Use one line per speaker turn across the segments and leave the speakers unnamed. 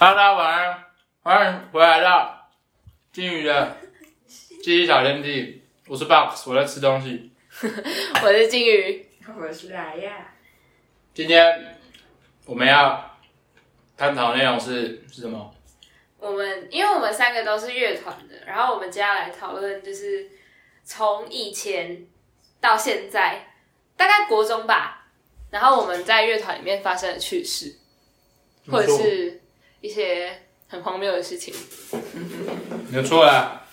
哈喽，大家晚安，欢迎回来到金鱼的记忆小天地，我是 Box，我在吃东西。
我是金鱼，
我是来呀，
今天我们要探讨的内容是是什么？
我们因为我们三个都是乐团的，然后我们接下来讨论就是从以前到现在，大概国中吧，然后我们在乐团里面发生的趣事，或者是一些很荒谬的事情。
你有错了，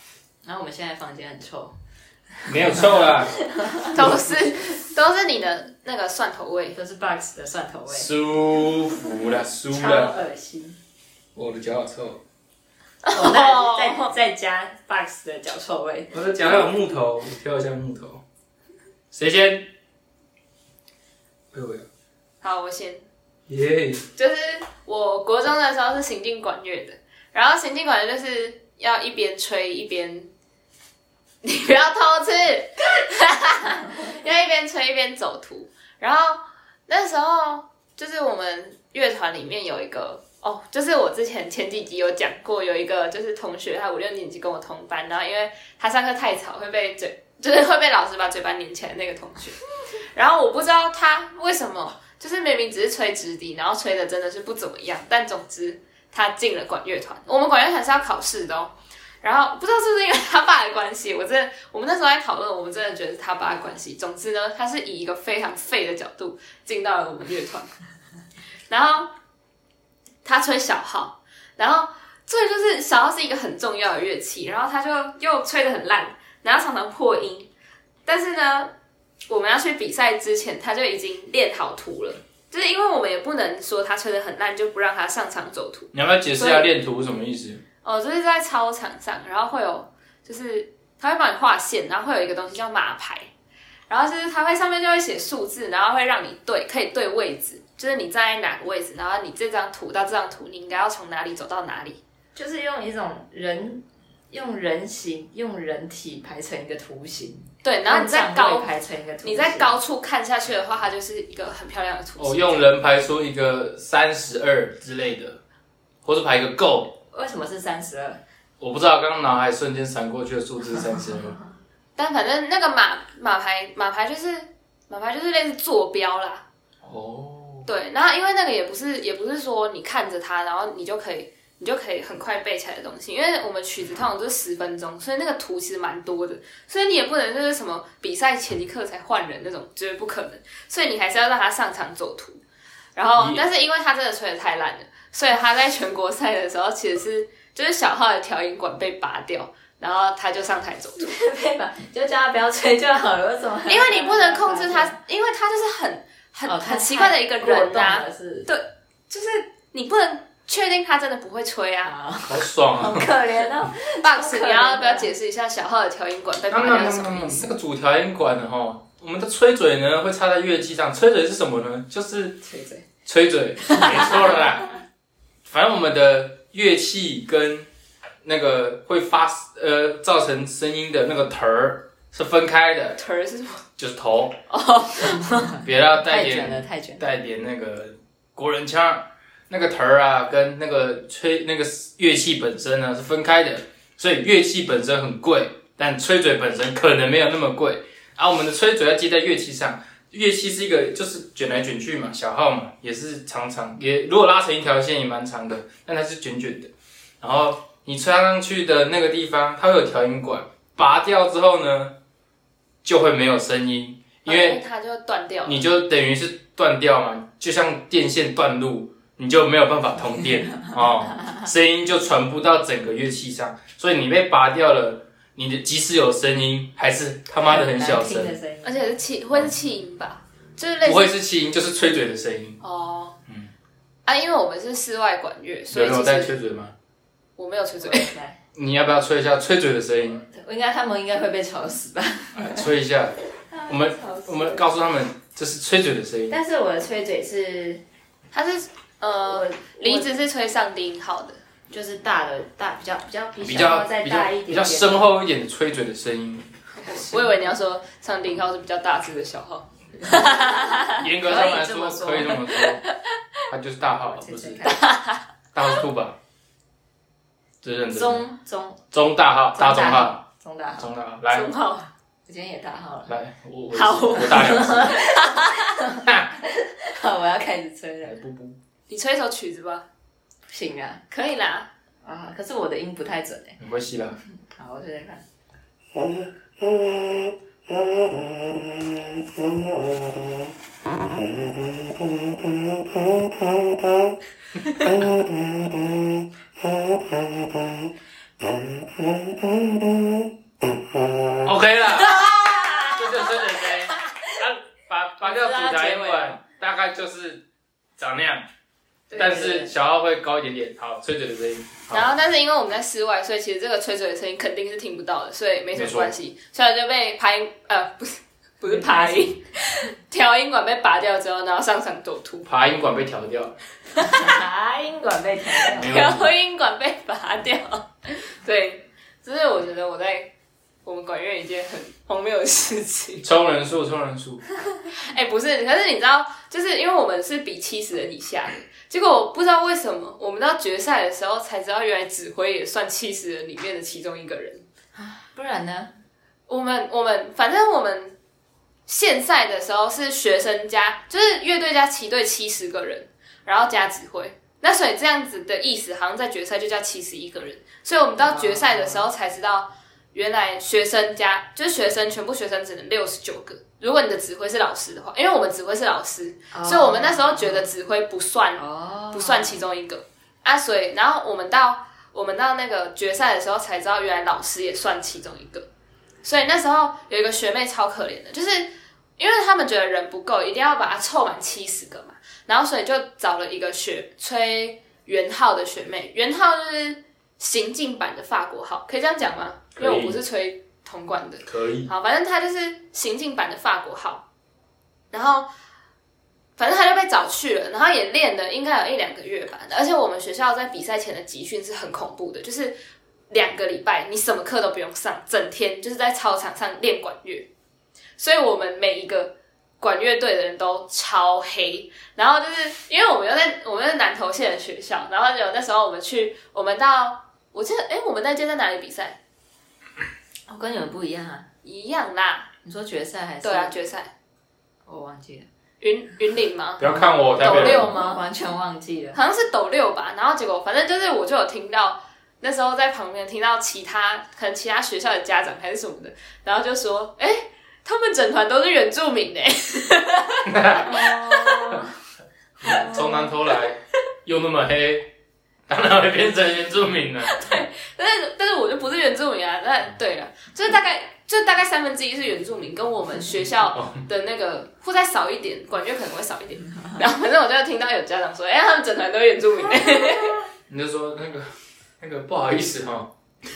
然后我们现在房间很臭，
没有错啊了，
都是都是你的那个蒜头味，
都是 Box 的蒜头味，
舒服了，输
超
了，
恶心。
我的脚好臭，
我在在在加 Box 的脚臭味，
我的脚有木头，你挑一下木头，谁先？哎呦呀，
好，我先
耶！
就是我国中的时候是行进管乐的，然后行进管乐就是要一边吹一边，你不要偷吃， 要一边吹一边走图。然后那时候就是我们乐团里面有一个哦，就是我之前前几集有讲过，有一个就是同学，他五六年级跟我同班，然后因为他上课太吵会被嘴，就是会被老师把嘴巴拧起来的那个同学。然后我不知道他为什么。就是明明只是吹直笛，然后吹的真的是不怎么样，但总之他进了管乐团。我们管乐团是要考试的哦。然后不知道是不是因为他爸的关系，我真的我们那时候在讨论，我们真的觉得是他爸的关系。总之呢，他是以一个非常废的角度进到了我们乐团， 然后他吹小号，然后这就是小号是一个很重要的乐器，然后他就又吹得很烂，然后常常破音。但是呢，我们要去比赛之前，他就已经练好图了。就是因为我们也不能说他吹得很烂，就不让他上场走图。
你要不要解释一下练图什么意思？
哦，就是在操场上，然后会有，就是他会帮你画线，然后会有一个东西叫马牌，然后就是他会上面就会写数字，然后会让你对，可以对位置，就是你站在哪个位置，然后你这张图到这张图，你应该要从哪里走到哪里。
就是用一种人用人形用人体排成一个图形，
对，然后你在
用站位
高
排成一个图形，
你在高处看下去的话，它就是一个很漂亮的图
哦，
形。
用人排出一个三十二之类的，或者排一个够。
为什么是三十 二？
我不知道，刚刚脑海瞬间闪过去的数字是三十二。
但反正那个马马牌马牌就是马牌就是类似坐标啦，
哦，
对，然后因为那个也不是也不是说你看着它，然后你就可以你就可以很快背起来的东西，因为我们曲子通常就是十分钟，所以那个图其实蛮多的，所以你也不能就是什么比赛前一刻才换人那种，绝对不可能，所以你还是要让他上场走图。然后
你，
但是因为他真的吹的太烂了，所以他在全国赛的时候其实是就是小号的调音管被拔掉，然后他就上台走图。
对吧？就叫他不要吹就好了，为什么？
因为你不能控制 他，因为他就是很很、
哦，
很奇怪的一个人呐、
啊，是
就是你不能确定他真的不会吹 啊。
啊，
好爽
好
啊！
可怜哦。
box，
超
你
可怜的
要不要解释一下小号的调音管被拔掉是什么意思？
那个主调音管的哈，我们的吹嘴呢会插在乐器上，吹嘴是什么呢？就是
吹嘴，
吹嘴，没错了啦。 反正我们的乐器跟那个会发呃造成声音的那个头儿是分开的，
腿儿是什么？
就是头。哦，别要带
太
点
卷了，太卷了。
带点那个国人腔，那个头儿啊，跟那个吹那个乐器本身呢是分开的，所以乐器本身很贵，但吹嘴本身可能没有那么贵。啊，我们的吹嘴要接在乐器上，乐器是一个就是卷来卷去嘛，小号嘛，也是长长，也如果拉成一条线也蛮长的，但它是卷卷的。然后你吹上去的那个地方，它会有调音管，拔掉之后呢，就会没有声音，因为
哦它就断掉了。
你就等于是断掉嘛，就像电线断路，你就没有办法通电 哦，声音就传不到整个乐器上，所以你被拔掉了，你的即使有声音，还是他妈的很小
难
声，
听的声音，
而且是气，会是气音吧？就是类
不会
似
是气音，就是吹嘴的声音。
哦。啊，因为我们是室外管乐，所
有
以
人有
其
在
实
吹嘴吗？
我没有吹嘴。
对
你要不要吹一下吹嘴的声音？
我应该他们应该会被吵死吧？
哎吹一下，我们
吵死
我们告诉他们这是吹嘴的声音。
但是我的吹嘴是
它是呃，
呃，
梨
离
子是吹上低音号的，
就是大的大比较比较比
比
小
较
号再
比较
大一点点，
比较深厚一点的吹嘴的声音，
我以为你要说上低音号是比较大只的小号。
严格上来
可以这么
说
说
可以这么说，它就是大号，不
吹
是
吹看。
大号兔吧，这认真的
中中
中大号
中
大中
大
号
中大号，
中大号来
中号，
我今天也大号了，
来我我
好
我大两 次，
好，我要开始吹了
来，不不
你吹一首曲子吧，
不行啊
可以啦。
啊！可是我的音不太准哎、
没关系啦，
好，我吹吹看，
OK 啦，这就是真的谁？啊，把把这个
我知
普
道它
达
结
音
尾
管大概就是长那样，
对
但
对
是
对
小号会高一点点。好，吹嘴的声音。
然
好，
后，但是因为我们在室外，所以其实这个吹嘴的声音肯定是听不到的，所以没什
没
么
错
关系。虽然就被排音呃不是不是排音， 调音管被拔掉之后，然后上场走突，
爬音管被调掉，
啊，音管被调掉
没
了，
问
调
题。
音管被拔掉，对，这是我觉得我在我们管乐一件很荒谬的事情。
冲人数，冲人数，
哎、不是，可是你知道，就是因为我们是比七十人以下的，结果我不知道为什么，我们到决赛的时候才知道，原来指挥也算七十人里面的其中一个人。
不然呢？
我们我们反正我们现赛的时候是学生加，就是乐队加旗队七十个人，然后加指挥。那所以这样子的意思，好像在决赛就叫七十一个人。所以我们到决赛的时候才知道，原来学生加就是学生全部学生只能六十九个。如果你的指挥是老师的话，因为我们指挥是老师，所以我们那时候觉得指挥不算
哦
不算其中一个啊，所以然后我们到我们到那个决赛的时候才知道，原来老师也算其中一个。所以那时候有一个学妹超可怜的，就是因为他们觉得人不够，一定要把它凑满七十个嘛，然后所以就找了一个学吹圆号的学妹，圆号就是行进版的法国号，可以这样讲吗？因为
可以
我不是吹铜管的。
可以。
好，反正他就是行进版的法国号，然后反正他就被找去了，然后也练了应该有一两个月吧。而且我们学校在比赛前的集训是很恐怖的，就是两个礼拜你什么课都不用上，整天就是在操场上练管乐，所以我们每一个。管乐队的人都超黑，然后就是因为我们又在我们在南投县的学校，然后有那时候我们去，我们到我记得哎、我们那届在哪里比赛？
我跟你们不一样啊！
一样啦，
你说决赛还是？
对啊，，决赛。
我忘记了，
云云岭吗？
不要看我，代表
抖六
人
吗
完全忘记了。
好像是抖六吧。然后结果反正就是我就有听到，那时候在旁边听到其他可能其他学校的家长还是什么的，然后就说：“哎、他们整团都是原住 民哎、
哦
从南头来，又那么黑，当然会变成原住民了。
但是但是我就不是原住民啊。那对了，就是大概就大概三分之一是原住民，跟我们学校的那个会再少一点，管乐可能会少一点。然后反正我就听到有家长说：“哎、他们整团都是原住民、欸。
你就说那个 那个不好意思哈，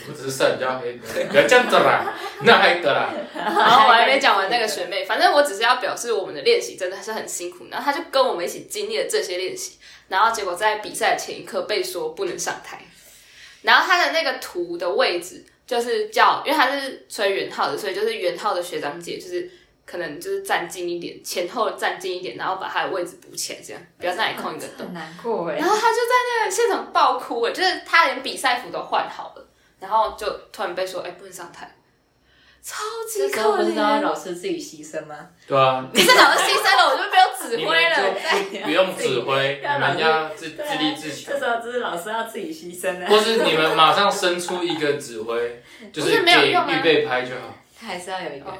我只是晒比较黑，不要这样子啦， 那还得啦。”
然后我还没讲完那个学妹，反正我只是要表示我们的练习真的是很辛苦，然后她就跟我们一起经历了这些练习，然后结果在比赛前一刻被说不能上台，然后她的那个图的位置就是叫，因为她是吹圆号的，所以就是圆号的学长姐就是。可能就是站近一点，前后站近一点，然后把她的位置补起来，这样不要在那里空一个洞。
很难过哎
然，后他就在那个现场爆哭哎，就是他连比赛服都换好了，然后就突然被说哎、不能上台，超级
这时
可
候不是都要
怜。
老师自己牺牲吗？
对啊，
可是老师牺牲了，我就没有指
你
挥
们
了。
就不不用指挥，你们要自自立自强
啊这，时候就是老师要自己牺牲
或
啊
了，
是你们马上生出一个指挥，就
不是没有
给
用啊
预备拍就好，
他还是要有一个
哦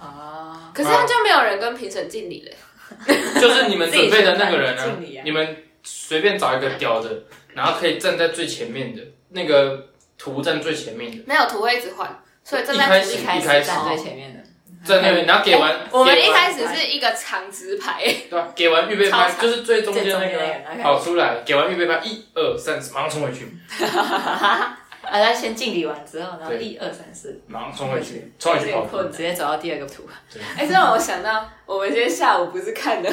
哦，
可是他就没有人跟评审敬礼了。
就是你们准备的那个人
自己
啊
选班经理啊，
你们随便找一个屌的，然后可以站在最前面的那个图站最前面的，
没有图会一直换，所以站
一
在
开
图
始
一
一
开
一开
始
始
站最前面的，
站 那边，然后给完
哎我们
给
一
完
开始是一个长直排，
对吧？给完预备
超
拍
长
就是最中
最
间
中
那
间
个啊。
那个，
跑出来，给完预备拍，一二三，马上冲回去，
啊，他先敬礼完之后，然后
对
一二三四，
马上冲回去，冲回去跑步。
直接走到第二个 图，
哎、这让我想到，我们今天下午不是看的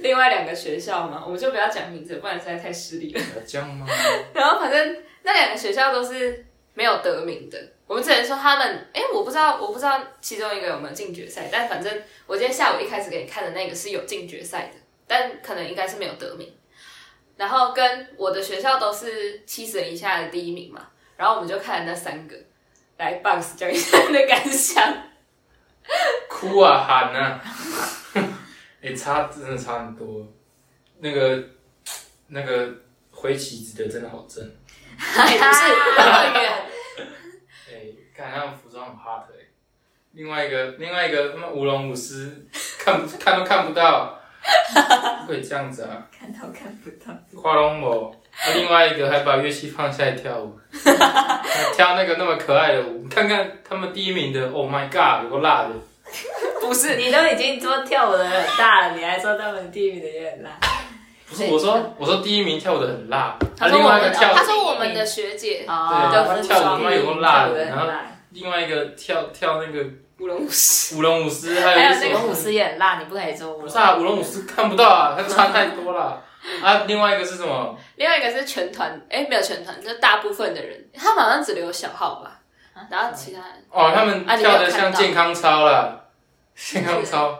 另外两个学校吗？我们就不要讲名字，不然实在太失礼了。
这样吗？
然后反正那两个学校都是没有得名的，我们只能说他们，哎，我不知道，我不知道其中一个有没有进决赛，但反正我今天下午一开始给你看的那个是有进决赛的，但可能应该是没有得名。然后跟我的学校都是七十以下的第一名嘛，然后我们就看了那三个，来 Box 讲一下你的感想。
哭啊喊啊， 哎、差真的差很多。那个那个挥旗子的真的好正，
也不是那么远，
哎、看他们服装很 hot 哎、另外一个另外一个他妈舞龙舞狮，看不看都看不到，不可以这样子啊。
看到看不到，
画龙舞，啊另外一个还把乐器放下来跳舞， 还跳那个那么可爱的舞，你看看他们第一名的，Oh my God，有个辣的，
不是
你都已经说跳舞的人很大了，你还说他们地狱的也很辣。
不是我说我说第一名跳舞的很辣，啊
他说
另
我
外一
们
个
的，
跳
他说我们的学姐
哦
对
我
跳舞
嘛有够辣的
跳舞很
然后
辣
另外一个跳跳那个
舞龙舞狮，
舞龙舞狮，还
还
有一
有那
首
个舞狮也很辣，你不可以说舞
不
狮
是。啊，舞龙舞狮看不到啊，他差太多了。啊，另外一个是什么？
另外一个是全团，哎，没有全团，就大部分的人，他们好像只留小号吧，然后其他人
哦，他们
啊你没有
跳的像
看到
健康操了，健康操。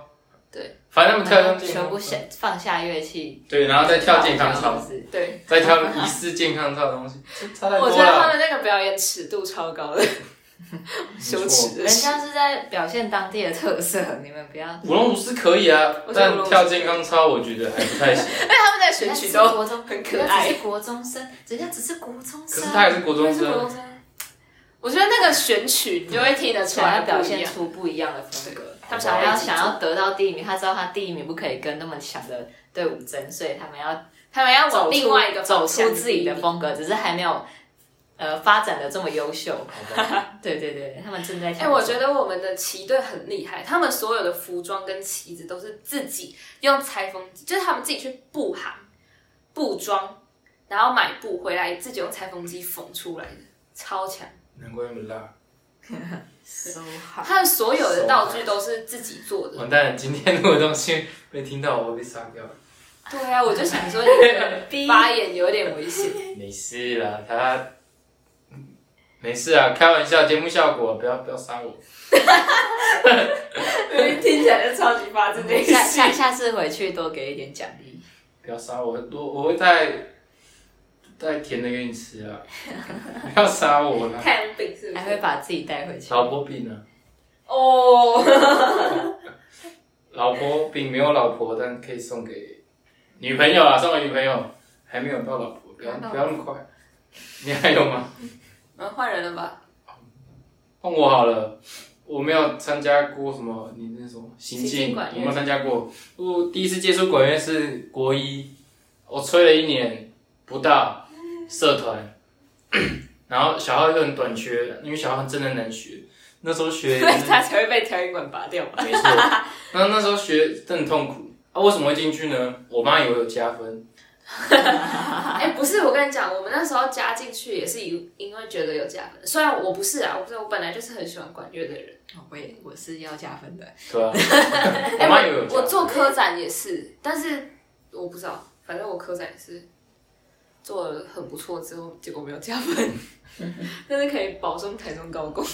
对，
反正他们跳得像健
全
康
部
操
下。放下乐器，
对，然后再跳健康操
舞。狮
对，
在跳疑似健康这种东 西，这差太
我
多
觉得
了。
他们那个表演尺度超高 的，羞耻的
人
事。
家是在表现当地的特色，你们不要。
舞龙舞狮可以啊，
我觉得舞
但
龙舞狮
跳健康操我觉得还不太 行。
因为他们在选曲都
国中
很可爱
人家只是国中生，人家只是国中
可
生，
是他还是国中
是国
生，
中生。我觉得那个选曲你就会听得出
想
来
要
表
表
现
现
出，
出不一样的风格。
他们
想
想
要
要
想
想
要
要，
得到第一名，他知道他第一名不可以跟那么强的队伍争，所以他们要
他们要
走
往
出
另外一个
走
方
出
向
自己的风格，只是还没有呃发展的这么优秀。
好吧
对对对，他们正在
哎、
调整。
我觉得我们的旗队很厉害，他们所有的服装跟旗子都是自己用裁缝机，就是他们自己去布行、布庄，然后买布回来自己用裁缝机缝出来的，超强。
难怪那么辣。
so 好，
他们所有的道具都是自己做的。
完蛋了，今天录的东西被听到，我会被杀掉。
对啊，我就想说你 的
逼
发言有点危 险。
没事啦，他没事啊，开玩笑，节目效果，不要不要杀我。
听起来就超级发自内
下下下次回去多给一点奖励。
不要杀我，我我会带带甜的给你吃啊！不要杀我 啦，
太阳饼是不
还会
是？
把自己带回去。
老婆饼啊，
哦，
老婆饼没有老婆，但可以送给女朋友啊，送给女朋友，还没有到老婆，不要不要那么快，你还有吗？
嗯，换人了吧？
换我好了，我没有参加过什么，你那什么行
行
进，
进管乐
我没有参加过。我第一次接触管乐是国一，我吹了一年不到，社 团，然后小号又很短缺，因为小号真的很难学。那时候 学，
对，他才会被调音管拔掉 吧？
没错，那那时候学真的很痛苦。啊，为什么会进去呢？我妈以为有加分，
哎、不是，我跟你讲，我们那时候加进去也是因因为觉得有加分。虽然我不是啊，我不是，我本来就是很喜欢管乐的人。
哦我也我是要加分的。
对 吧、
哎、
我妈以为有加分。
我我做科展也是，但是我不知道，反正我科展也是做的很不错，之后结果没有加分，但是可以保送台中高工，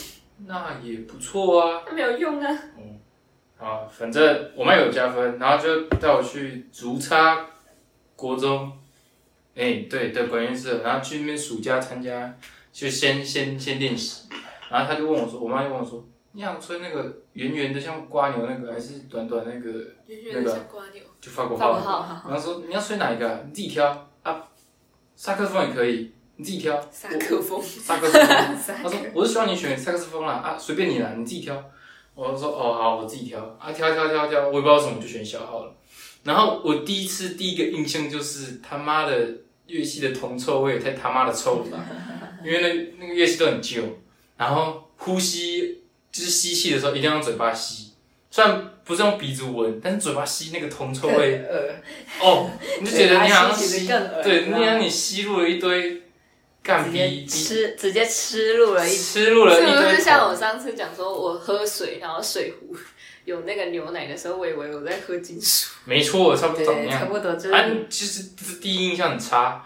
那也不错啊。
那没有用啊。
啊，反正我妈有加分，然后就带我去竹差国中，哎、对对，管乐社，然后去那边暑假参加，就先先先练习，然后他就问我说，我妈就问我说，你想吹那个圆圆的像瓜牛那个，还是短短那个哦
圆
圆的像
瓜牛，
就法国
法国
号？
号，
然后说你要吹哪一个啊、你自己挑啊，萨克斯风也可以，你自己 挑，
萨克风，
萨克斯 风。他
他
说我是希望你选萨克斯风啦，啊，随便你啦，你自己挑。我就说哦好，我自己挑啊，挑挑挑挑，我也不知道为什么就选小号了。然后我第一次第一个印象就是他妈的乐器的铜臭味也太他妈的臭了吧，因为那那个乐器都很旧，然后呼吸就是吸气的时候一定要用嘴巴吸，虽然不是用鼻子闻，但是嘴巴吸那个铜臭味，哦，你就觉得你好像
嘴巴吸其
吸
实更恶，啊
对，
你知
你
道吗
好像你吸入了一堆干
直
鼻
接
鼻
吃直接吃入了一
吃入了
是
一
不
堆
是
口
像我上次讲说，我喝水，然后水壶 有那个牛奶的时候，我以为我在喝金属。
没错，差不多
对
长那
对，差
样。
不多就是
啊，其实第一印象很差，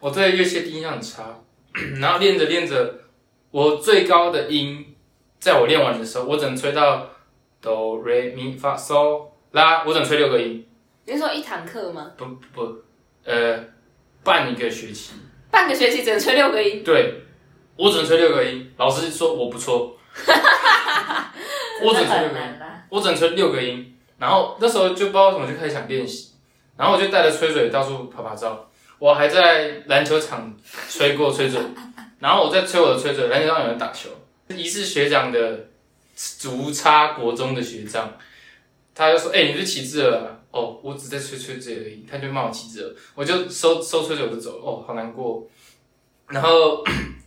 我对乐器的第一印象很差。 然后练着练着，我最高的音，在我练完的时候，我只能吹到哆、瑞、咪、发、嗦、拉，我只能吹六个音。
你是说一堂课吗？
不不，呃，半一个学期，
半个学期只能吹六个音，
对我只能吹六个音，老师说我不错，我只能吹六个音，
真的很难啦。
我只能吹六个音。然后那时候就不知道为什么就开始想练习，然后我就带着吹嘴到处拍拍照，我还在篮球场吹过吹嘴，然后我在吹我的吹嘴，篮球场有人打球，疑似学长的竹差国中的学长，他就说：“哎、你是旗帜了啊、哦，我只在吹吹嘴而已。”他就骂我旗帜了，我就收收吹嘴我就走了，哦，好难过。然后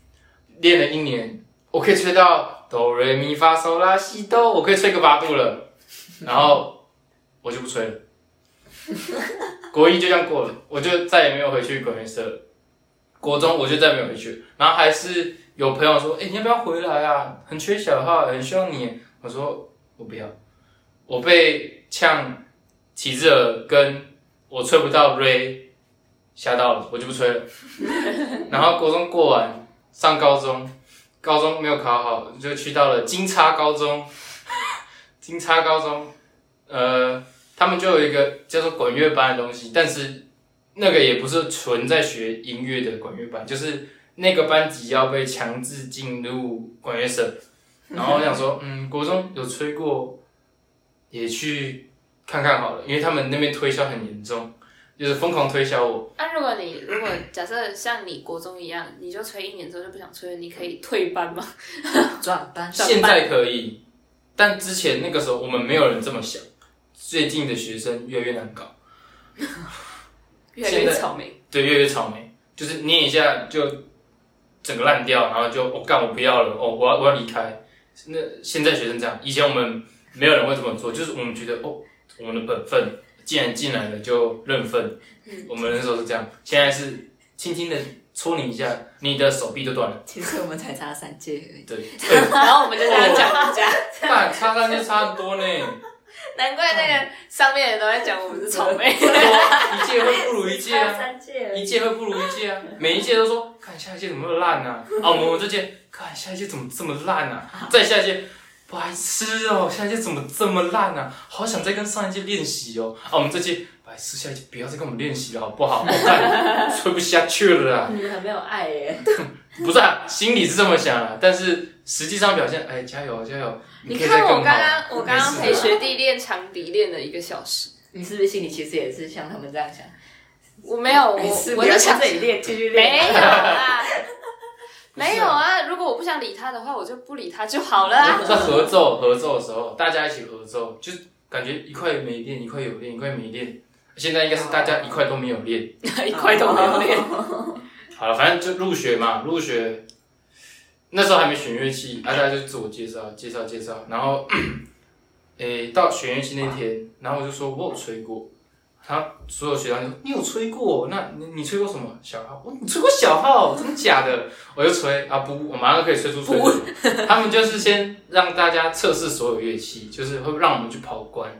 练了一年，我可以吹到哆瑞咪发嗦拉西哆，我可以吹个八度了。然后我就不吹了，国一就这样过了，我就再也没有回去管乐社了。国中我就再也没有回去，然后还是有朋友说：“哎、你要不要回来啊？很缺小号，很需要你。”我说：“我不要。”我被呛起帜了，跟我吹不到 re 吓到了，我就不吹了。然后国中过完，上高中，高中没有考好，就去到了金叉高中。 金叉高中，呃，他们就有一个叫做管乐班的东西，但是那个也不是纯在学音乐的管乐班，就是那个班级要被强制进入管乐社。然后我想说，嗯，国中有吹过，也去看看好了，因为他们那边推销很严重，就是疯狂推销我。
那、如果你如果假设像你国中一样，你就吹一年之后就不想吹了，你可以退班 吗？
转班
转
现在可以，但之前那个时候我们没有人这么想。最近的学生越来越难搞，
越来
现
越
在
草莓。
对，越来越草莓，就是捏一下就整个烂掉，然后就我干、我不要了，哦，我要我要离开。那现在学生这样，以前我们没有人会这么做，就是我们觉得哦，我们的本分既然进来了就认份，我们那时候是这样，现在是轻轻的戳你一下，你的手臂就断了，
其实我们才差三届而已。
对， 对，
然后我们就这样讲讲，
干差三就差很多呢。
难怪那个上面的人都在讲我们是草莓。
一届会不如一届啊，
三届
一届会不如一届 啊，每一届都说，看下一届怎么那么烂啊，啊，我们我们这届，看下一届怎么这么烂啊，再下一届，白痴哦，下一届怎么这么烂啊，好想再跟上一届练习哦，啊，我们这届，白痴，下一届不要再跟我们练习了好不好？ 我干吹不下去了啦，
你们很没有爱耶！
不是啊，心里是这么想啊，但是实际上表现，哎，加油加油，
你
可以再
看
更好
我刚刚，我刚刚
没事
陪学弟练长笛练了一个小时，
你是不是心里其实也是像他们这样想？
哎
我没有，我
没事
我
不要
就
在
想
这里练，继续
没
练。
有啦，没有啊。如果我不想理他的话，我就不理他就好了啊。
在合奏合奏的时候，大家一起合奏，就感觉一块没练，一块有练，一块没练。现在应该是大家一块都没有练。
一块都没有 练，
好了，反正就入学嘛，入学那时候还没选乐器，啊大家就自我介绍，介绍介绍，然后，诶、到选乐器那天，然后我就说我有吹过，然后所有学长就说你有吹过？那你你吹过什么小号？我说你吹过小号？真的假的？我就吹啊不，我马上可以吹出吹出。他们就是先让大家测试所有乐器，就是会让我们去跑关，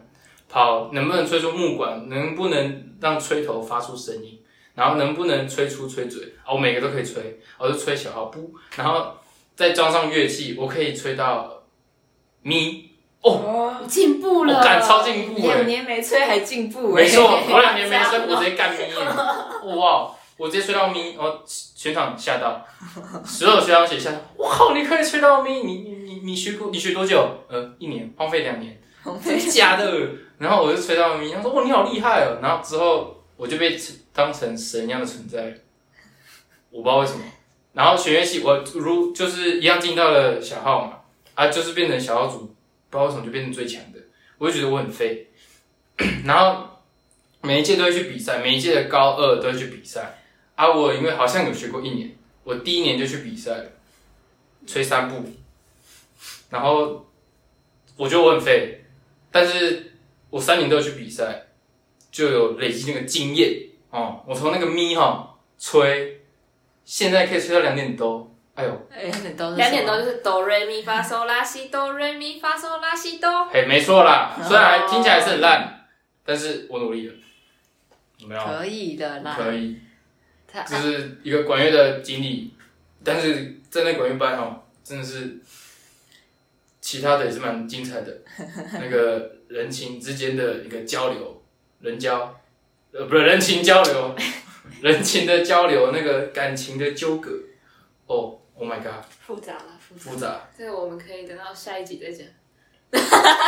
跑能不能吹出木管，能不能让吹头发出声音，然后能不能吹出吹嘴啊，我每个都可以吹，我就吹小号不，然后再装上乐器，我可以吹到咪，
哦，
进步
我
了，
干超进步哎、
两年没吹还进步哎！
没错，我两 年没吹，我直接干咪耶！哇，我直接吹到咪，然后全场吓到，所有学长姐吓到，哇靠，你可以吹到咪，你你你你学过，你学多久？呃，一年，荒废两年，真的假的？然后我就吹到咪，他说哇你好厉害哦，然后之后我就被当成神一样的存在了，我不知道为什么。然后弦乐器我如就是一样进到了小号嘛，啊就是变成小号组，不知道为什么就变成最强的，我就觉得我很废。 然后每一届都会去比赛，每一届的高二都会去比赛。啊，我因为好像有学过一年，我第一年就去比赛了，吹三步，然后我觉得我很废，但是我三年都有去比赛，就有累积那个经验哦。我从那个咪哈吹，现在可以吹到两点多，哎呦，
哎，两点多，
两点多就是哆瑞咪发嗦拉西哆瑞咪发嗦拉西哆，
嘿，没错啦，虽然还听起来是很烂，但是我努力了，怎么样？
可以的啦。
可以。
他
这是一个管乐的经历，但是在那管乐班哦，真的是其他的也是蛮精彩 的，那个人情之间的一个交流，人交，呃，不是人情交流，人情的交流，那个感情的纠葛。哦、oh my god，
复杂啦，复杂
复。杂。
这个我们可以等到下一集再讲。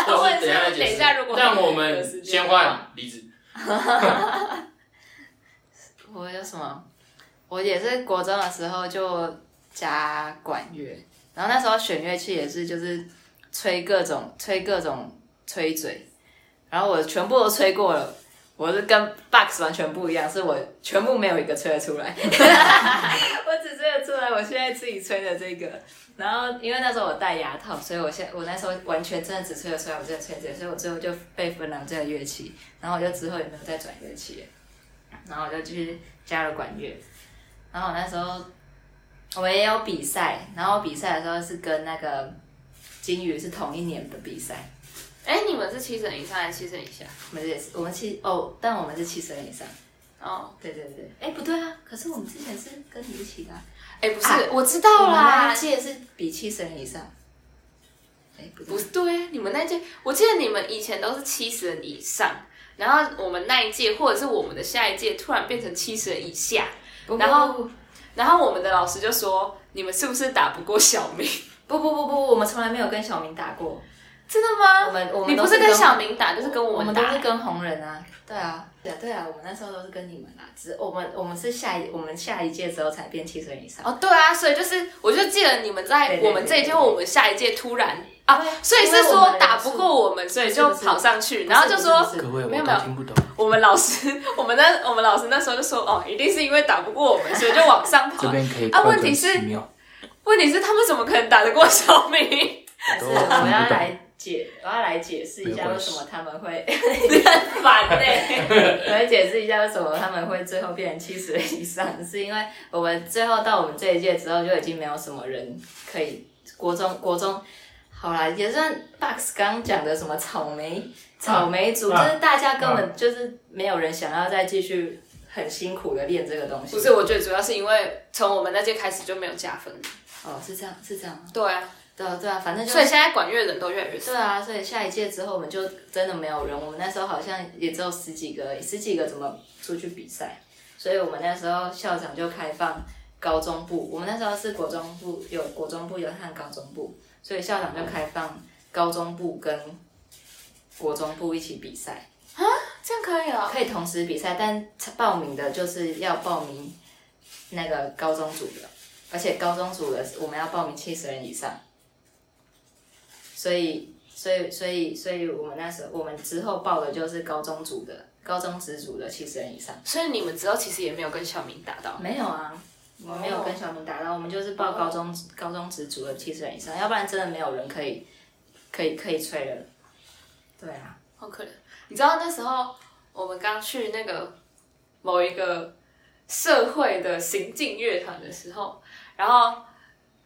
或是等一下再解释
等一下如果
但我
有
们
时间
先
的话
换离子。
我有什么？我也是国中的时候就加管乐，然后那时候选乐器也是就是吹各种吹各种吹嘴，然后我全部都吹过了。我是跟 Box 完全不一样，是我全部没有一个吹得出来， 我只吹得出来我现在自己吹的这个。然后因为那时候我戴牙套，所以我现我那时候完全真的只吹得出来我这个吹嘴，所以我最后就被分了这个乐器，然后我就之后也没有再转乐器了然后我就去加了管乐，然后我那时候我也有比赛，然后比赛的时候是跟那个金鱼是同一年的比赛，
哎、你们是七成以上还是七成以下？
我们也是我们七哦，但我们是七十人以上。
哦，
对对对，哎、不对啊！可是我们之前是跟你一起的、啊，
哎、不是、
啊
我知道
我们那
啦
一，届是比七十人以上。哎、不对
不，是对啊，你们那届，我记得你们以前都是七十人以上，然后我们那一届或者是我们的下一届突然变成七十人以下，
不
然后然后我们的老师就说你们是不是打不过小明？
不不不不不，我们从来没有跟小明打过，
真的吗？
我们我们
你
都
不
是
是跟
跟
小明打，就是跟
我
我
们
们
都
打。
是跟红人啊。对啊，对啊，对啊，我们那时候都是跟你们啦，只是我们我们是下一我们下一届之后才变七十人以上。
哦，对啊，所以就是，我就记得你们在
对对
我们这一届
对对
或我们下一届突然啊
对，
所以
因为
是
我们
说
人
打
数
不过我们，所以
不是
就
不是
跑上去，然后就说
不是不是
位
没有没有
不懂，
我们老师， 我们那我们老师那时候就说，哦，一定是因为打不过我们，所以就往上跑。
可以
啊问题是
快转10秒
问题是他们怎么可能打得过小 明？
不是我要来解，我要来解释一
没
下为
关系
什么他们会，
很烦欸呢、
我来解释一下为什么他们会最后变成七十人以上， 是因为我们最后到我们这一届之后就已经没有什么人可以国中国中。好啦，也算 Box 刚刚讲的什么草莓草莓组，
啊
就是大家根本就是没有人想要再继续很辛苦的练这个东 西。
不是，我觉得主要是因为从我们那届开始就没有加分。
哦，是这样，是这样吗，
对啊，
对啊，对啊，反正就是
所以现在管乐人都越来越少
对。啊，所以下一届之后我们就真的没有人，我们那时候好像也只有十几个而已，十几个怎么出去比赛？所以我们那时候校长就开放高中部，我们那时候是国中部有国中部有和高中部，所以校长就开放高中部跟国中部一起比赛，
这样可以哦。
可以同时比赛，但报名的就是要报名那个高中组的，而且高中组的我们要报名七十人以上，所以所以所以所以我们那时候我们之后报的就是高中组的，高中职组的七十人以上。
所以你们之后其实也没有跟小明打到。
没有啊，我们没有跟小明打到，我们就是报高中、高中职组的七十人以上，要不然真的没有人可以可以可以吹了。对啊，
好可怜。你知道那时候我们刚去那个某一个社会的行进乐团的时候，然后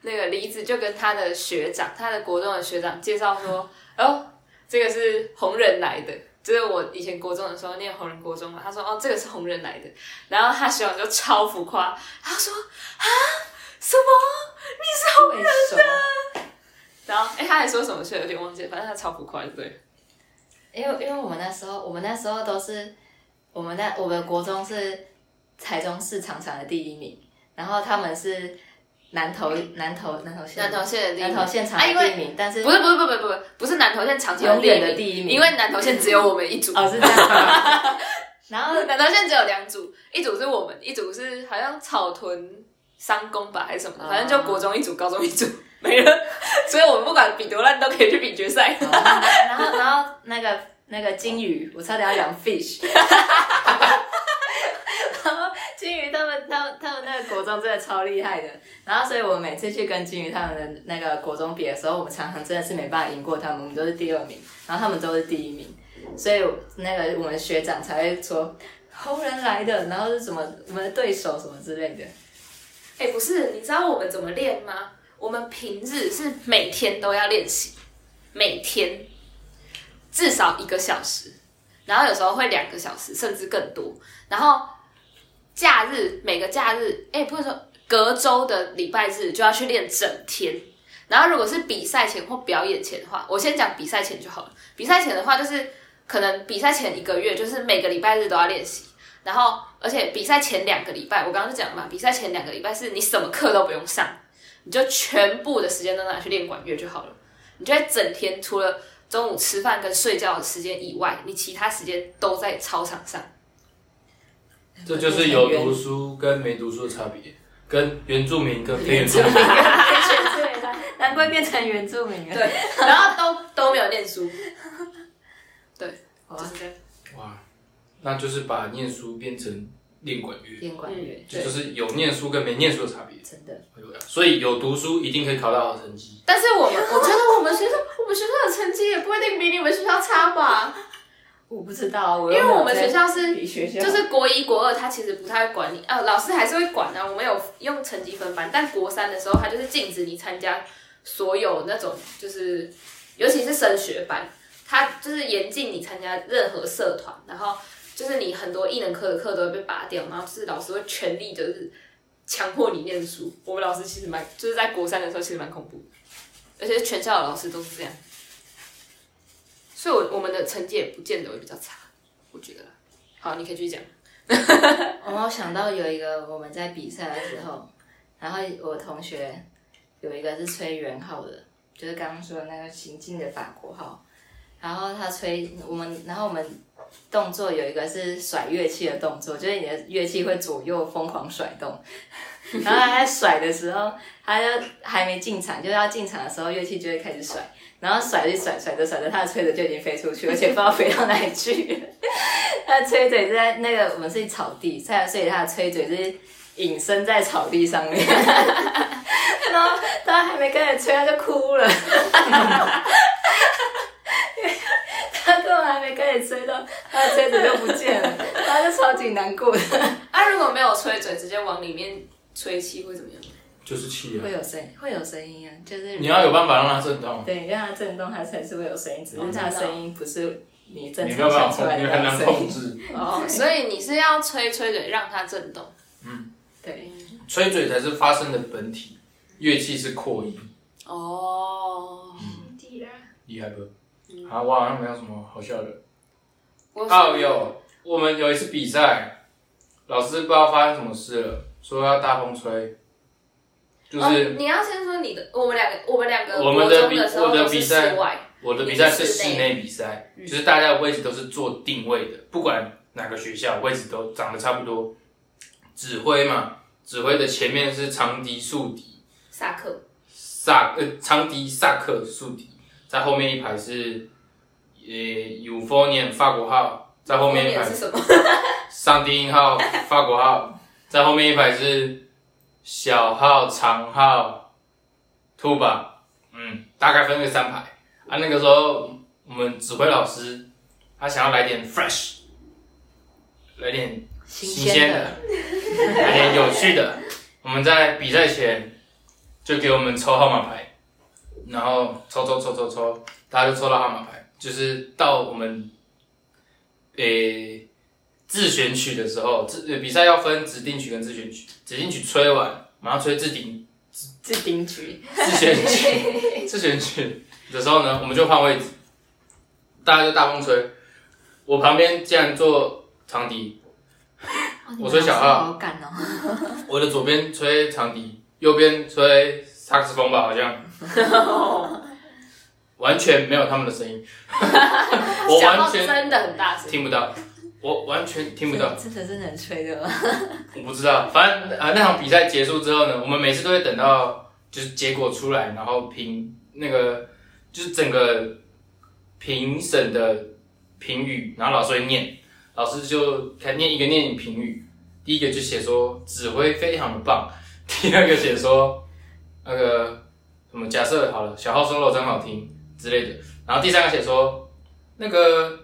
那个李子就跟他的学长，他的国中的学长介绍 说，哦，这个是红人来的。就是我以前国中的时候念红人国中嘛，他说哦这个是红人来的，然后他学长就超浮夸，他说啊什么？
为什么？
然后哎他还说什么去了有点忘记了，反正他超浮夸就对了。
因为因为我们那时候，我们那时候都是我们那我们国中是台中市常常的第一名，然后他们是南投南投南投县
南投县的第一名
南投县常
啊因
的
为
第一名，但是
不是不是不是不是不是南投县长城
永远的第一名
因为南投县只有我们一组，
哦是这样， 然后
南投县只有两组，一组是我们，一组是好像草屯商工吧还是什么的，
啊
反正就国中一组，高中一组没了， 所以我们不管比多烂都可以去比决赛。
哦然后然后那个那个金鱼，我差点要讲 fish。然后金鱼他们、他们、他们那个国中真的超厉害的，然后所以我每次去跟金鱼他们的那个国中比的时候，我们常常真的是没办法赢过他们，我们都是第二名，然后他们都是第一名，所以那个我们学长才会说红人来的，然后是什么我们的对手什么之类的，
哎、不是，你知道我们怎么练吗？我们平日是每天都要练习，每天至少一个小时，然后有时候会两个小时，甚至更多。然后假日每个假日，哎、不是说隔周的礼拜日就要去练整天。然后如果是比赛前或表演前的话，我先讲比赛前就好了。比赛前的话，就是可能比赛前一个月，就是每个礼拜日都要练习，然后而且比赛前两个礼拜，我刚刚就讲了嘛，比赛前两个礼拜是你什么课都不用上，你就全部的时间都拿去练管乐就好了。你就会整天除了中午吃饭跟睡觉的时间以外，你其他时间都在操场上。
这就是有读书跟没读书的差别，跟原住民跟非原住民。
难怪变成原住民了。
对，然后都都没有念书，
哇，
就是这样。
哇，那就是把念书变成练管乐，
变管乐，
这就是有念书跟没念书的差别。
真的，
哎呦呀所以有读书一定可以考到好成绩，
但是我们，我觉得我们学校，我们学校的成绩也不一定比你们学校差吧，
我不知道，我
因为我们学
校
校是
比学校
就是国一、国二，他其实不太会管你，呃，老师还是会管啊。我们有用成绩分班，但国三的时候，他就是禁止你参加所有那种，就是尤其是升学班，他就是严禁你参加任何社团，然后就是你很多艺能科的课都会被拔掉，然后就是老师会全力就是强迫你念书。我们老师其实蛮，就是在国三的时候其实蛮恐怖的，而且全校的老师都是这样，所以我我们的成绩也不见得会比较差，我觉得啦。好，你可以继续讲。
我想到有一个我们在比赛的时候，然后我同学有一个是吹圆号的，就是刚刚说的那个行进的法国号，然后他吹我们，然后我们动作有一个是甩乐器的动作，就是你的乐器会左右疯狂甩动， 然后他在甩的时候，他就还没进场，就是要进场的时候，乐器就会开始甩。然后甩着甩，甩着甩着，他的吹子就已经飞出去，而且不知道飞到哪里去了。他的吹嘴是在那个我们是草地，所以所以他的吹嘴是隐身在草地上面， 然后他还没跟着吹，他就哭了。 他根本还没跟你吹到，他的吹子就不见了，他就超级难过的，
啊，如果没有吹嘴，直接往里面吹气会怎么样？
就是气啊
会！有声音，会有声音啊，就是
你要有办法让它震动，
对让它震动，它才是会有声音，只是它的声音不是你正
你没
常
有办
想
法
出
控，
来
你很
的
难
声
控
音。
制。
哦， 所以你是要吹吹嘴让它震动。
对，
吹嘴才是发声的本体，乐器是扩音，
哦，
地啦，
厉害不？
嗯
啊，我好像没有什么好笑的。
我
哦，有，我们有一次比赛，老师不知道发生什么事了，说要大风吹，就是
哦你要先说你的，我们两个，我们两个
我们
国
的
中
比
的时候
我的
都
比
是
赛
室外，
我的比赛是室内嗯比赛，就是大家的位置都是做定位的，不管哪个学校位置都长得差不多。指挥嘛，指挥的前面是长笛、竖笛，
下课。
萨呃长笛、萨克、竖笛，在后面一排是呃 euphonium 法国号，在后面一
重
排
点是什么？
上低音号、法国号，在后面一排是小号、长号、凸吧，嗯，大概分为三排。啊，那个时候我们指挥老师他想要来点 fresh，来点
新
新鲜的，来点有趣的。我们在比赛前就给我们抽号码牌，然后抽抽抽抽抽，大家就抽到号码牌，就是到我们诶、自选曲的时候，自呃比赛要分指定曲跟自选曲，指定曲吹完马上吹自定
置顶局，
自选曲 自选曲的时候呢，我们就换位置，大家就大风吹。我旁边竟然坐长笛，我说小号
好感哦，
我的左边吹长笛，右边吹萨克斯风吧，好像完全没有他们的声音，我
小号
完全
真的很大声。
听不到，我完全听不到，
真的是能吹的吗？
我不知道。反正啊、呃那场比赛结束之后呢，我们每次都会等到就是结果出来，然后评那个就是整个评审的评语，然后老师会念，老师就开念一个念评语，第一个就写说指挥非常的棒，第二个写说那个什么假设好了，小号 solo 真好听之类的，然后第三个写说那个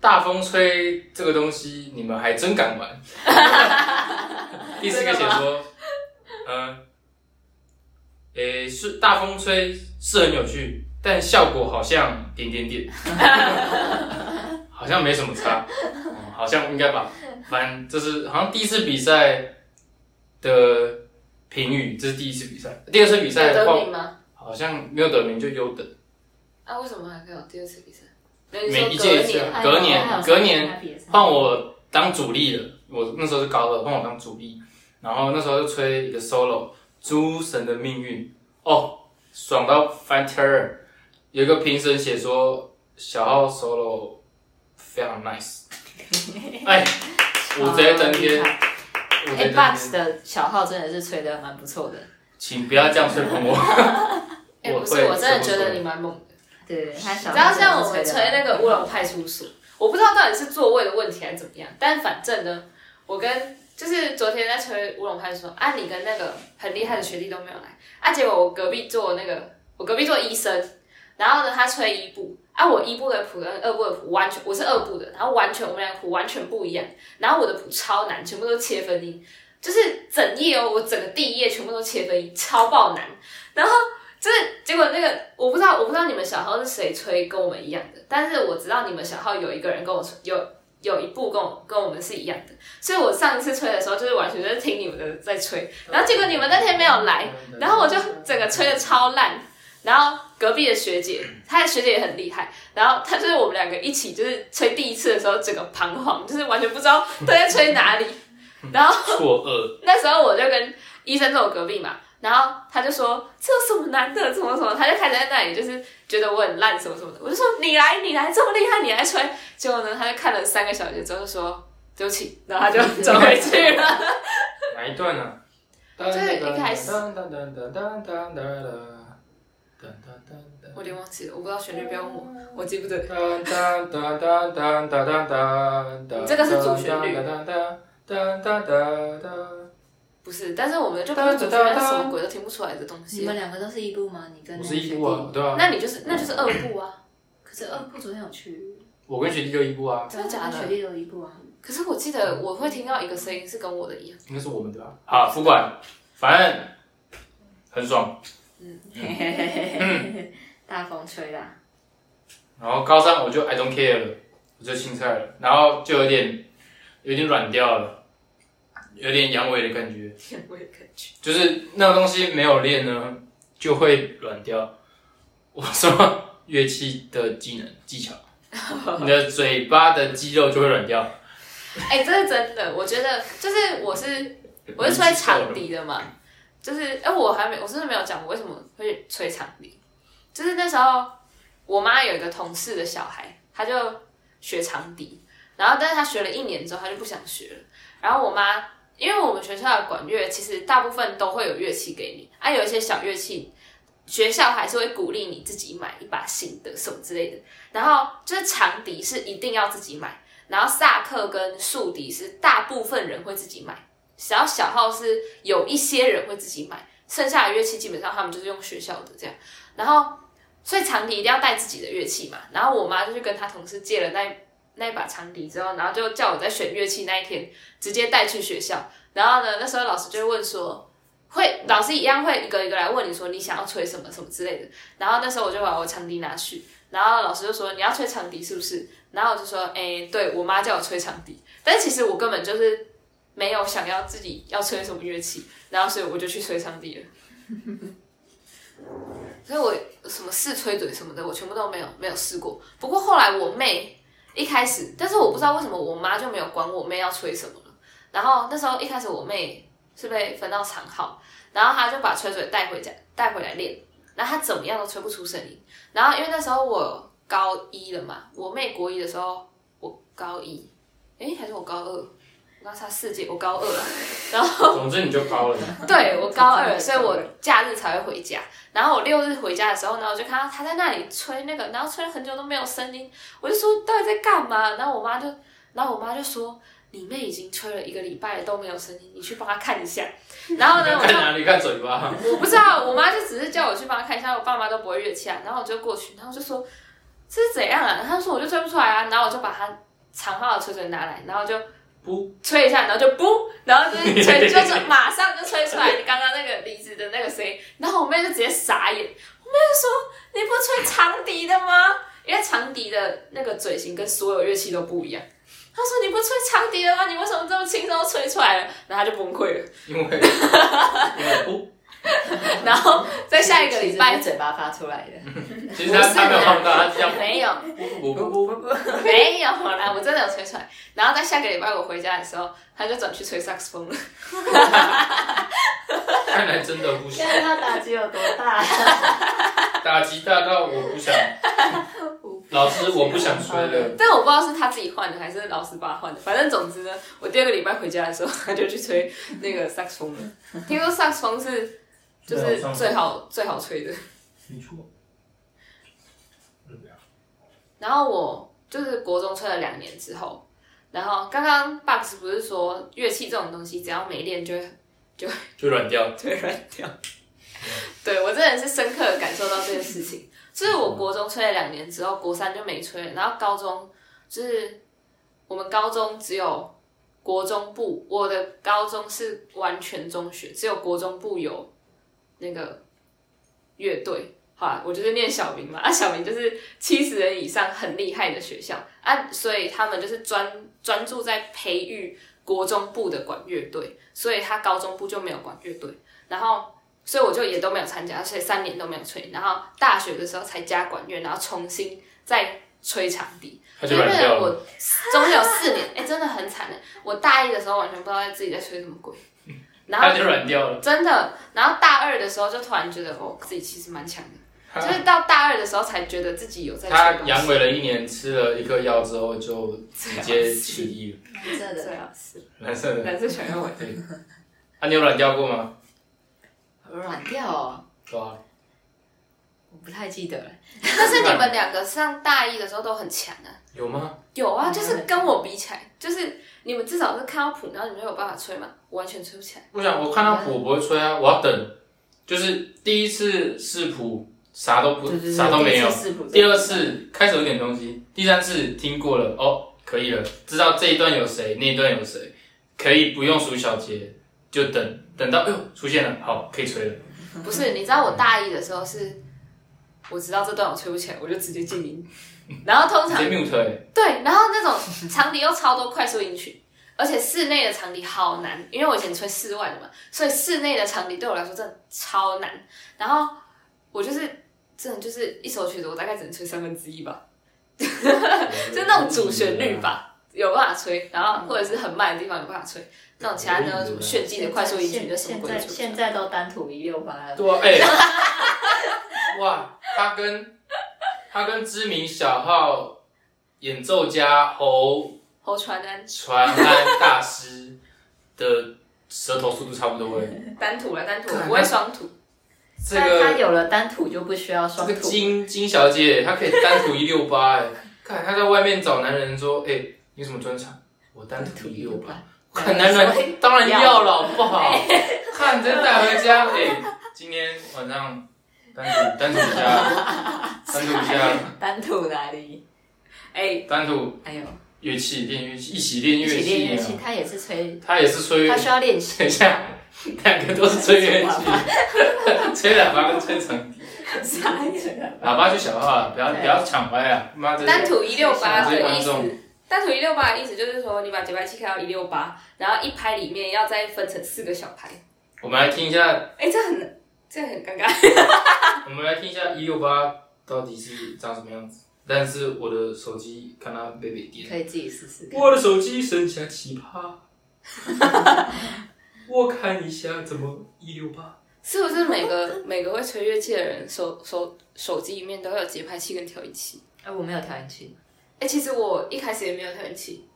大风吹这个东西你们还真敢玩， 第四个写说嗯。诶，是大风吹是很有趣，但效果好像点点点， 好像没什么差，嗯好像应该吧。反正这是好像第一次比赛的评语，这是第一次比赛。第二次比赛
有
的
得
话，
名吗？
好像没有得名就优等，
啊，为什么还可以有第二次比赛？没有你
每
说
一
隔
届一次
年
啊，隔
哎还有
年隔年
还有
换我当主力了，我那时候是高二，换我当主一，然后那时候就吹一个 solo，诸神的命运，哦，爽到翻天儿。有一个评审写说小号 solo 非常 nice，哎，我直接登天，
哎
我直接登天
哎
box，的小号真的是吹的蛮不错的，
请不要这样吹捧我。
哎、
我
不
会
是，我真
这么
的觉
说
得你蛮猛的。
对，他小
你
号
知道像我们
真的是
吹
得
那个乌龙派出所，我不知道到底是座位的问题还是怎么样，但反正呢，我跟就是昨天在吹乌龙派出所，啊，你跟那个很厉害的学弟都没有来，啊，结果我隔壁坐那个我隔壁坐医生，然后呢他吹一部，啊，我一部的谱跟二部的谱完全我是二部的，然后完全我们两个谱完全不一样，然后我的谱超难，全部都切分音，就是整页哦，我整个第一页全部都切分音，超爆难，然后。就是结果那个我不知道，我不知道你们小号是谁吹跟我们一样的，但是我知道你们小号有一个人跟我吹有有一部跟我跟我们是一样的，所以我上次吹的时候就是完全就是听你们的在吹，然后结果你们那天没有来，然后我就整个吹的超烂。然后隔壁的学姐，她的学姐也很厉害。然后她就是我们两个一起，就是吹第一次的时候，整个彷徨，就是完全不知道都在吹哪里。然后
错愕，
那时候我就跟医生坐我隔壁嘛，然后他就说这有什么难的，怎么怎么，他就开始在那里就是觉得我很烂什么什么的，我就说你来你来这么厉害你来吹，结果呢他就看了三个小节之后就说对不起，然后他 就走回去了。
哪一段呢？
是一开始
噔噔噔噔噔噔噔噔噔噔
我有点忘记了，我不知道旋律，不要问我，我记不得。
噔噔噔噔噔噔噔噔，
这个是主旋律
噔噔噔噔噔噔噔。
不是，但是我们就不是主角，那什么鬼都听不出来的东
你
西
们。两个都是一部吗？你跟
我
那
是
个
一
学
部啊，
弟？
对啊，
那你就是那就是二部啊，
可是二部昨天有去，
我跟学弟就一部啊，
真的
对
假
啊
的
学弟都有一部啊。
可是我记得我会听到一个声音是跟我的一样，
应该是我们的吧？好，不管，反正很爽。
嘿嘿嘿嘿嘿大风吹啦，
然后高三我就 I don't care 了，我就青菜了，然后就有点有点软掉了，有点阳痿的感觉。
我也感觉。
就是那个东西没有练呢，就会软掉。我说乐器的技能技巧，你的嘴巴的肌肉就会软掉。
哎、这是真的，我觉得就是我是我是吹长笛的嘛，就是哎、我还没，我真的没有讲我为什么会吹长笛，就是那时候我妈有一个同事的小孩，他就学长笛，然后但是他学了一年之后他就不想学了，然后我妈因为我们学校的管乐其实大部分都会有乐器给你，啊有一些小乐器。学校还是会鼓励你自己买一把新的什么之类的，然后就是长笛是一定要自己买，然后萨克跟竖笛是大部分人会自己买，只要小号是有一些人会自己买，剩下的乐器基本上他们就是用学校的这样。然后，所以长笛一定要带自己的乐器嘛。然后我妈就去跟她同事借了那那一把长笛之后，然后就叫我在选乐器那一天直接带去学校。然后呢，那时候老师就会问说，会老师一样会一个一个来问你说你想要吹什么什么之类的。然后那时候我就把我长笛拿去，然后老师就说你要吹长笛是不是？然后我就说，哎、对我妈叫我吹长笛，但其实我根本就是没有想要自己要吹什么乐器，然后所以我就去吹长笛了。所以我什么试吹嘴什么的，我全部都没有没有试过。不过后来我妹一开始，但是我不知道为什么我妈就没有管我妹要吹什么了。然后那时候一开始我妹是被分到长号，然后她就把吹嘴带回家带回来练，然后她怎么样都吹不出声音。然后因为那时候我高一了嘛，我妹国一的时候我高一，诶，还是我高二，我刚差四届，我高二啊。然后
总之你就高了，
对我高二，所以我假日才会回家。然后我六日回家的时候呢，我就看到他在那里吹那个，然后吹了很久都没有声音，我就说到底在干嘛？然后我妈就，然后我妈就说你妹已经吹了一个礼拜了都没有声音，你去帮她看一下。然后呢，我
看
就
哪里看嘴巴。
我不知道，我妈就只是叫我去帮她看一下，我爸妈都不会乐器啊。然后我就过去，然后我就说这是怎样啊？她说我就吹不出来啊。然后我就把她长号的吹嘴拿来，然后就
不
吹一下，然后就不，然后就是吹，就是马上就吹出来你刚刚那个梨子的那个声音。然后我妹就直接傻眼，我妹就说你不吹长笛的吗？因为长笛的那个嘴型跟所有乐器都不一样。她说：“你不吹长笛的吗？你为什么这么轻松就吹出来了？”然后她就崩溃了。
因为因为不
然后在下一个礼拜
其实是嘴巴发出来的，
其实他他没有碰到，他是这样
没有
不不不不，
没有哎啦，我真的有吹出来。然后在下个礼拜我回家的时候，他就转去吹萨克斯风了。
看来真的不行，
看他打击有多大，
打击大到我不 想，老师我不想吹了，
但我不知道是他自己换的还是老师把他换的，反正总之呢，我第二个礼拜回家的时候，他就去吹那个萨克斯风了。听说萨克斯风是就是最好最好吹的。
没错，嗯
然后我就是国中吹了两年之后，然后刚刚 Box 不是说乐器这种东西只要没练就会
就软掉，
腿软掉。对我真的是深刻的感受到这件事情，就是我国中吹了两年之后，国三就没吹了，然后高中就是我们高中只有国中部，我的高中是完全中学，只有国中部有那个乐队。好啊，我就是念小明嘛，啊，小明就是七十人以上很厉害的学校啊，所以他们就是专专注在培育国中部的管乐队，所以他高中部就没有管乐队，然后所以我就也都没有参加，所以三年都没有吹，然后大学的时候才加管乐，然后重新再吹场地，
他就软掉了，
我总有四年，哎、真的很惨的。我大一的时候完全不知道自己在吹什么鬼，然
他
后
就软掉了，
真的，然后大二的时候就突然觉得哦，自己其实蛮强的，
他
就是到大二的时候才觉得自己有在
他
吹东
阳
西。
痿了一年，吃了一颗药之后就直接起义了，
蓝色
对
的，
啊，是
男生的，
男生喜欢我。
啊，你有软掉过吗？
软掉哦，
对啊，
我不太记得了。
但是你们两个上大一的时候都很强啊。
有吗？
有啊，就是跟我比起来，就是你们至少是看到谱，然后你们就有办法吹嘛，我完全吹不 起来。
不想，我看到谱我不会吹啊，我要等，就是第一次试谱啥都不啥都没有，第二次开始有点东西，第三次听过了哦，可以了，知道这一段有谁，那一段有谁，可以不用数小节，就等等到哎呦出现了，好可以吹了。
不是，你知道我大一的时候是，我知道这段我吹不起来，我就直接静音。然后通
直
常
接 mute 哎、
对，然后那种长笛又超多快速音群，而且室内的长笛好难，因为我以前吹室外的嘛，所以室内的长笛对我来说真的超难。然后我就是真的就是一首曲子，我大概只能吹三分之一吧。就那种主旋律吧，有办法吹，然
嗯
后或者是很慢的地方有办法吹，那种其他那种什么炫技的快速音
现
群
在
就什么
现
鬼都
在
吹不出来
现在都单吐一六八了，
对啊，哎、哇，他跟他跟知名小号演奏家侯
侯传安
传安大师的舌头速度差不多哎、
单吐了，单吐
看
不会双吐，
这
但他
个
有了单吐就不需要
这
双
个
吐，
金金小姐，她可以单吐一六八哎，看她在外面找男人说，哎、你有什么专长？我单吐一六八，看男人当然要了，好不
哎
好？看真带回家，哎、今天晚上单吐单吐一下， 单吐一下。
单吐哪里？
哎，
单独
哎呦，
乐器练乐器，一起练
一
乐
起
器、
练
啊。
乐器，他也是吹，
他也是吹
他，需要练习。
等一下，两个都是吹乐 器，吹喇叭跟吹长笛。
傻眼
喇叭就小号了，不要
对
不要抢歪啊！妈的，
单吐一六八
想
的
追
意
观
思
众。
单吐一六八的意思就是说，你把节拍器开到一六八，然后一拍里面要再分成四个小拍。
我们来听一下，
哎，这很这很尴尬。
我们来听一下一六八到底是长什么样子。但是我的手机看它被被电，
可以自己试试看。
我的手机剩下奇 葩，我看一下怎么一六八。
是不是每个每个会吹乐器的人手手手机里面都会有节拍器跟调音器？
哎，我没有调音器，
哎、其实我一开始也没有调音器，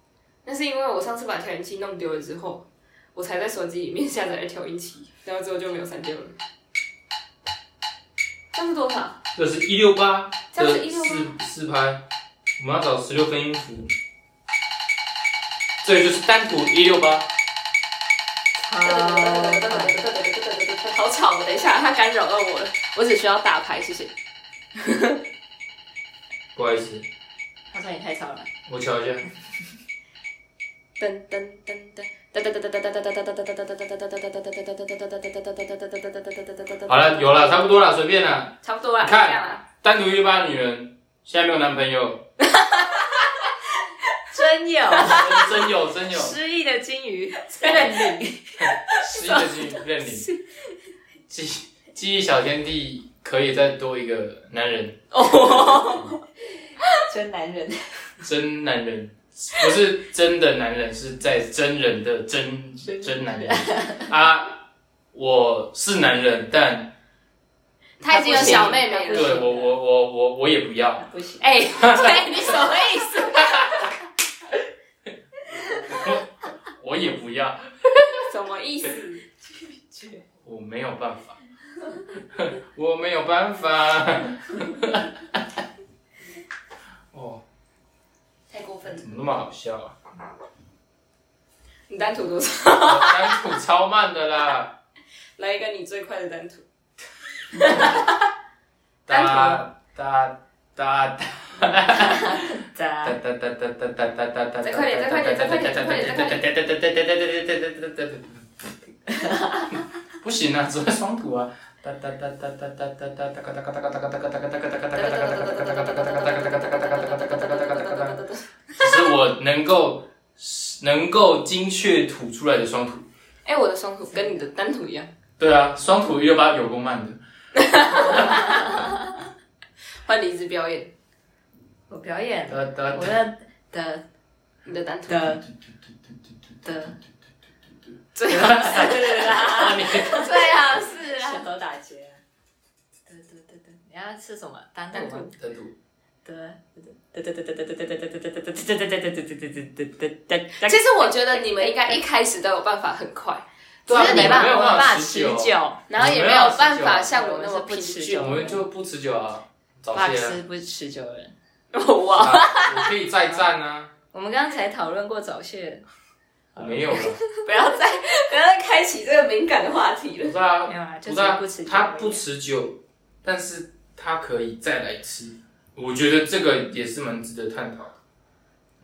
那是因为我上次把调音器弄丢了之后，我才在手机里面下载了调音器，然后之后就没有删掉了。这样是多少？
这是一六八
这样
的
是168
四四拍，我们要找十六分音符，这就是单谱一六八，
好吵！等一下，它干扰到我了。我只需要打牌，谢谢。
不好意思，
他说你太吵了。
我瞧一下，
噔噔噔噔。
好了，有了，差不多了，随便了。
差不多啦，
你
这样
看
啦，
单独一六八的女人现在没有男朋友，
真有
真真有真有，
失忆的金鱼认领，
失忆的金认领，记记忆小天地可以再多一个男人，
真男人，
真男人，不是真的男人，是在真人的真真男人啊！我是男人，但
他已经有小妹妹
对
了。
我我我我我也不要，
不行，
哎，对，你什么意思？
我也不要，
什么意思？
我没有办法， 我没有办法。哦，
太过分了！
怎么那么好笑啊？
你单吐多少？
我单吐超慢的啦，
来一个你最快的单吐。
哒哒哒哒。
渣
哒哒哒哒哒哒哒哒哒！
再快点再快点再快点再快点再快
点！不行啊，只会双吐啊！哒哒哒哒哒哒哒哒哒哒哒哒哒哒哒哒哒哒哒哒哒哒是我能够能够精确吐出来的双吐。
哎、我的双吐跟你的单吐一样，
对啊，双吐一六八有够慢的。
换你一支表演
我表演，
哒哒
我的的
你的单吐。
的
的。
最好是
那
啦，
你
最好是啦。
舌头打结，
的的的的，你要吃什么？单
单
独吗
吐？
单吐。
的
其实我觉得你们应该一开始都有办法很快，
对啊
只是没
你们
办
没有
法，
办法
法
持
持
久
久，
然后也没有办法像我那么平
我
均。
们就不持久啊，早
爸
泄
吃不持久人。
哇，
啊！我可以再战啊！
我们刚刚才讨论过早泄，
我没有了。
不要再不要再开启这个敏感的话题了。
不是啊，
没有啊，
不
就是
啊
不持，久。
他不持久，但是他可以再来一次。我觉得这个也是蛮值得探讨的。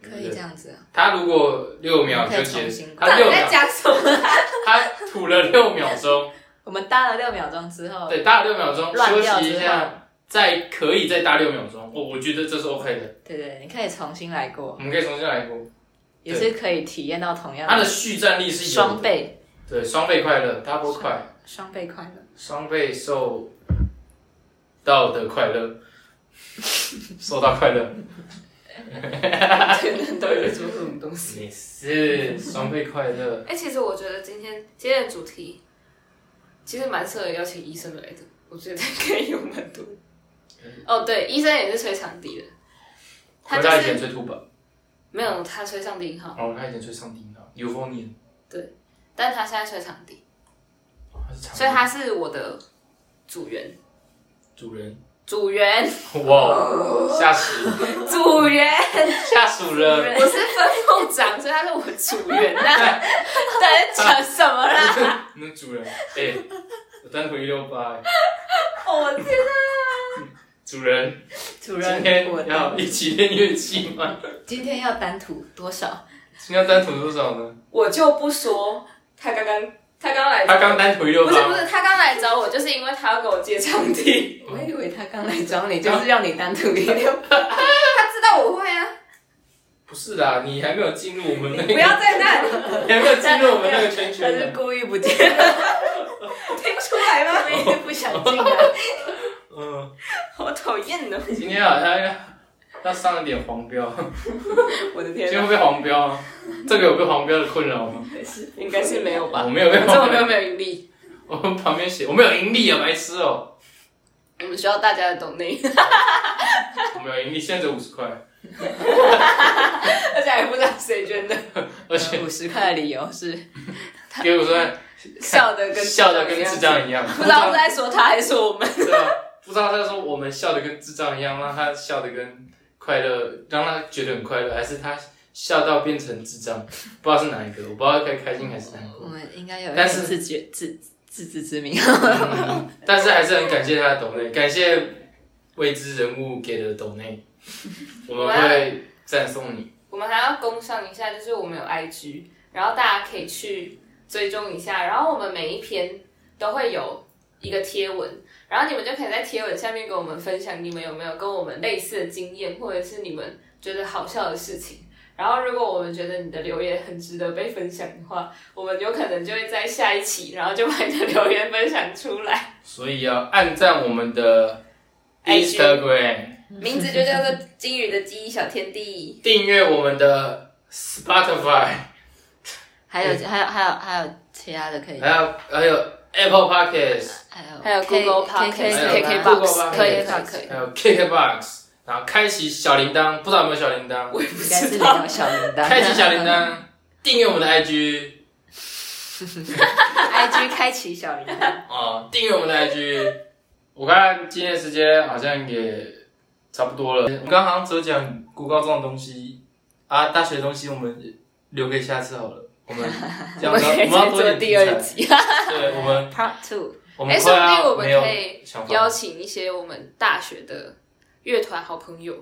可以这样子啊，
他如果六秒就
我们可以
结
重新，
他六
你在
秒，
讲什 么？
他吐了六秒钟，
我们搭了六秒钟之后，
对，搭了六秒钟，
乱
休
掉之后
息一下，再可以再搭六秒钟。我我觉得这是 OK 的，
对对，你可以重新来过
我，们可以重新来过。
也是可以体验到同样
他的续战力是有的
双，倍
对，双倍快乐，double 快。
双倍快乐。
双倍受到的快乐， 受到快乐，
全人都有做这种东西。
你是双倍快乐。
哎、其实我觉得今天今天的主题其实蛮适合邀请医生来的，我觉得可以有蛮多。哦，对，医生也是吹长笛的，他
回
就
到以前
是
吹吐吧，
没有他吹上低音号，
哦，他以前吹上低的，有风年，
但他现在吹长笛，
他是长笛
所以他是我的组员，
主人，
组员，
哇，哦吓死，
组员，
吓死 了，
我是分部长，所以他是我组员啦。在讲什么啦？
那主人，哎，我单腿一六八，
我天哪！
主人，
主
今
人，我
天要
的
一起练乐器吗？
今天要单吐多少？
今天要单腿多少呢？
我就不说，他刚刚他刚来，
他刚单腿一六
不是不
八，
是，他刚来找我，就是因为他要给我借场
嗯
地。
我以为他刚来找你，就是让你单吐一六。
他知道我会啊，
不是啦，你还没有进入我们那
不
个，
要在那里
你还没有进入我们那个圈
他
圈
是
的。
故意不进，
听出来
他
吗？
一直不想进来。
嗯，
好讨厌呢！
今天好像要要上一点黄标，
我的
今
天
天
啊，
会被黄标吗？这个有被黄标的困扰吗？
应该是没有吧？
我没有被
反正我
黄
们又
标，
没有盈利，
我们旁边写我没有盈利啊，白痴哦、
我们需要大家的懂内，
我没有盈利，现在只五十块，
而且还不知道谁捐 的，
而且
五十块的理由是
给我说
笑的嗯跟
笑的跟智
智
障
障一样，
一样，
不知道是在说他还是说我们。
对啊，不知道他说我们笑的跟智障一样，让他笑的跟快乐，让他觉得很快乐，还是他笑到变成智障，不知道是哪一个，我不知道该开心还是难过
我。们应该有一
但
点
是
自觉自自知之明。
但是还是很感谢他的抖内，感谢未知人物给的抖内，我们会赞颂你。
我们还要工商一下，就是我们有 IG，然后大家可以去追踪一下，然后我们每一篇都会有一个贴文，然后你们就可以在贴文下面给我们分享你们有没有跟我们类似的经验，或者是你们觉得好笑的事情。然后，如果我们觉得你的留言很值得被分享的话，我们有可能就会在下一期，然后就把你的留言分享出来。
所以要按赞我们的
IG
Instagram，
名字就叫做“金鱼的记忆小 天地
订阅我们的 Spotify，
还有还有还有还有其他的可以，
还有还有 Apple Podcast，
还有
还有
K-
Google
K-
Podcast
K-
还有
K-
Google
KKBox，
Podcast，
可以可以可以
还有 KKBox，然后开启小铃铛，不知道有没有小铃铛？
应该是没有小铃铛，
开启小铃铛，订阅我们的 IG
，IG 开启小铃铛，
啊、订阅我们的 IG。我看今天时间好像也差不多了，我们刚刚好像只有讲国高中的东西啊，大学的东西我们留给下次好了。我们这 样我们要啊我们要多一点
第
题材
二集。
对我们
Part Two，
我
哎
们
说
快
不定
要
我们
没有
可以
想法
邀请一些我们大学的乐团好朋友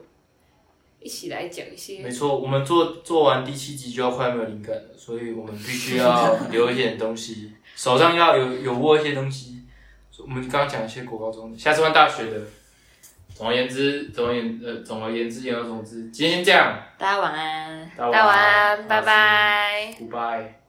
一起来讲一些
没错，我们做做完第七集就要快没有灵感了，所以我们必须要留一点东西，手上要有有握一些东西。我们刚刚讲一些国高中的，下次换大学的。总而言之，总而言呃，总而言之，言而总之，今天先这样，
大家晚安。
大
大家晚安，拜拜。
，Goodbye。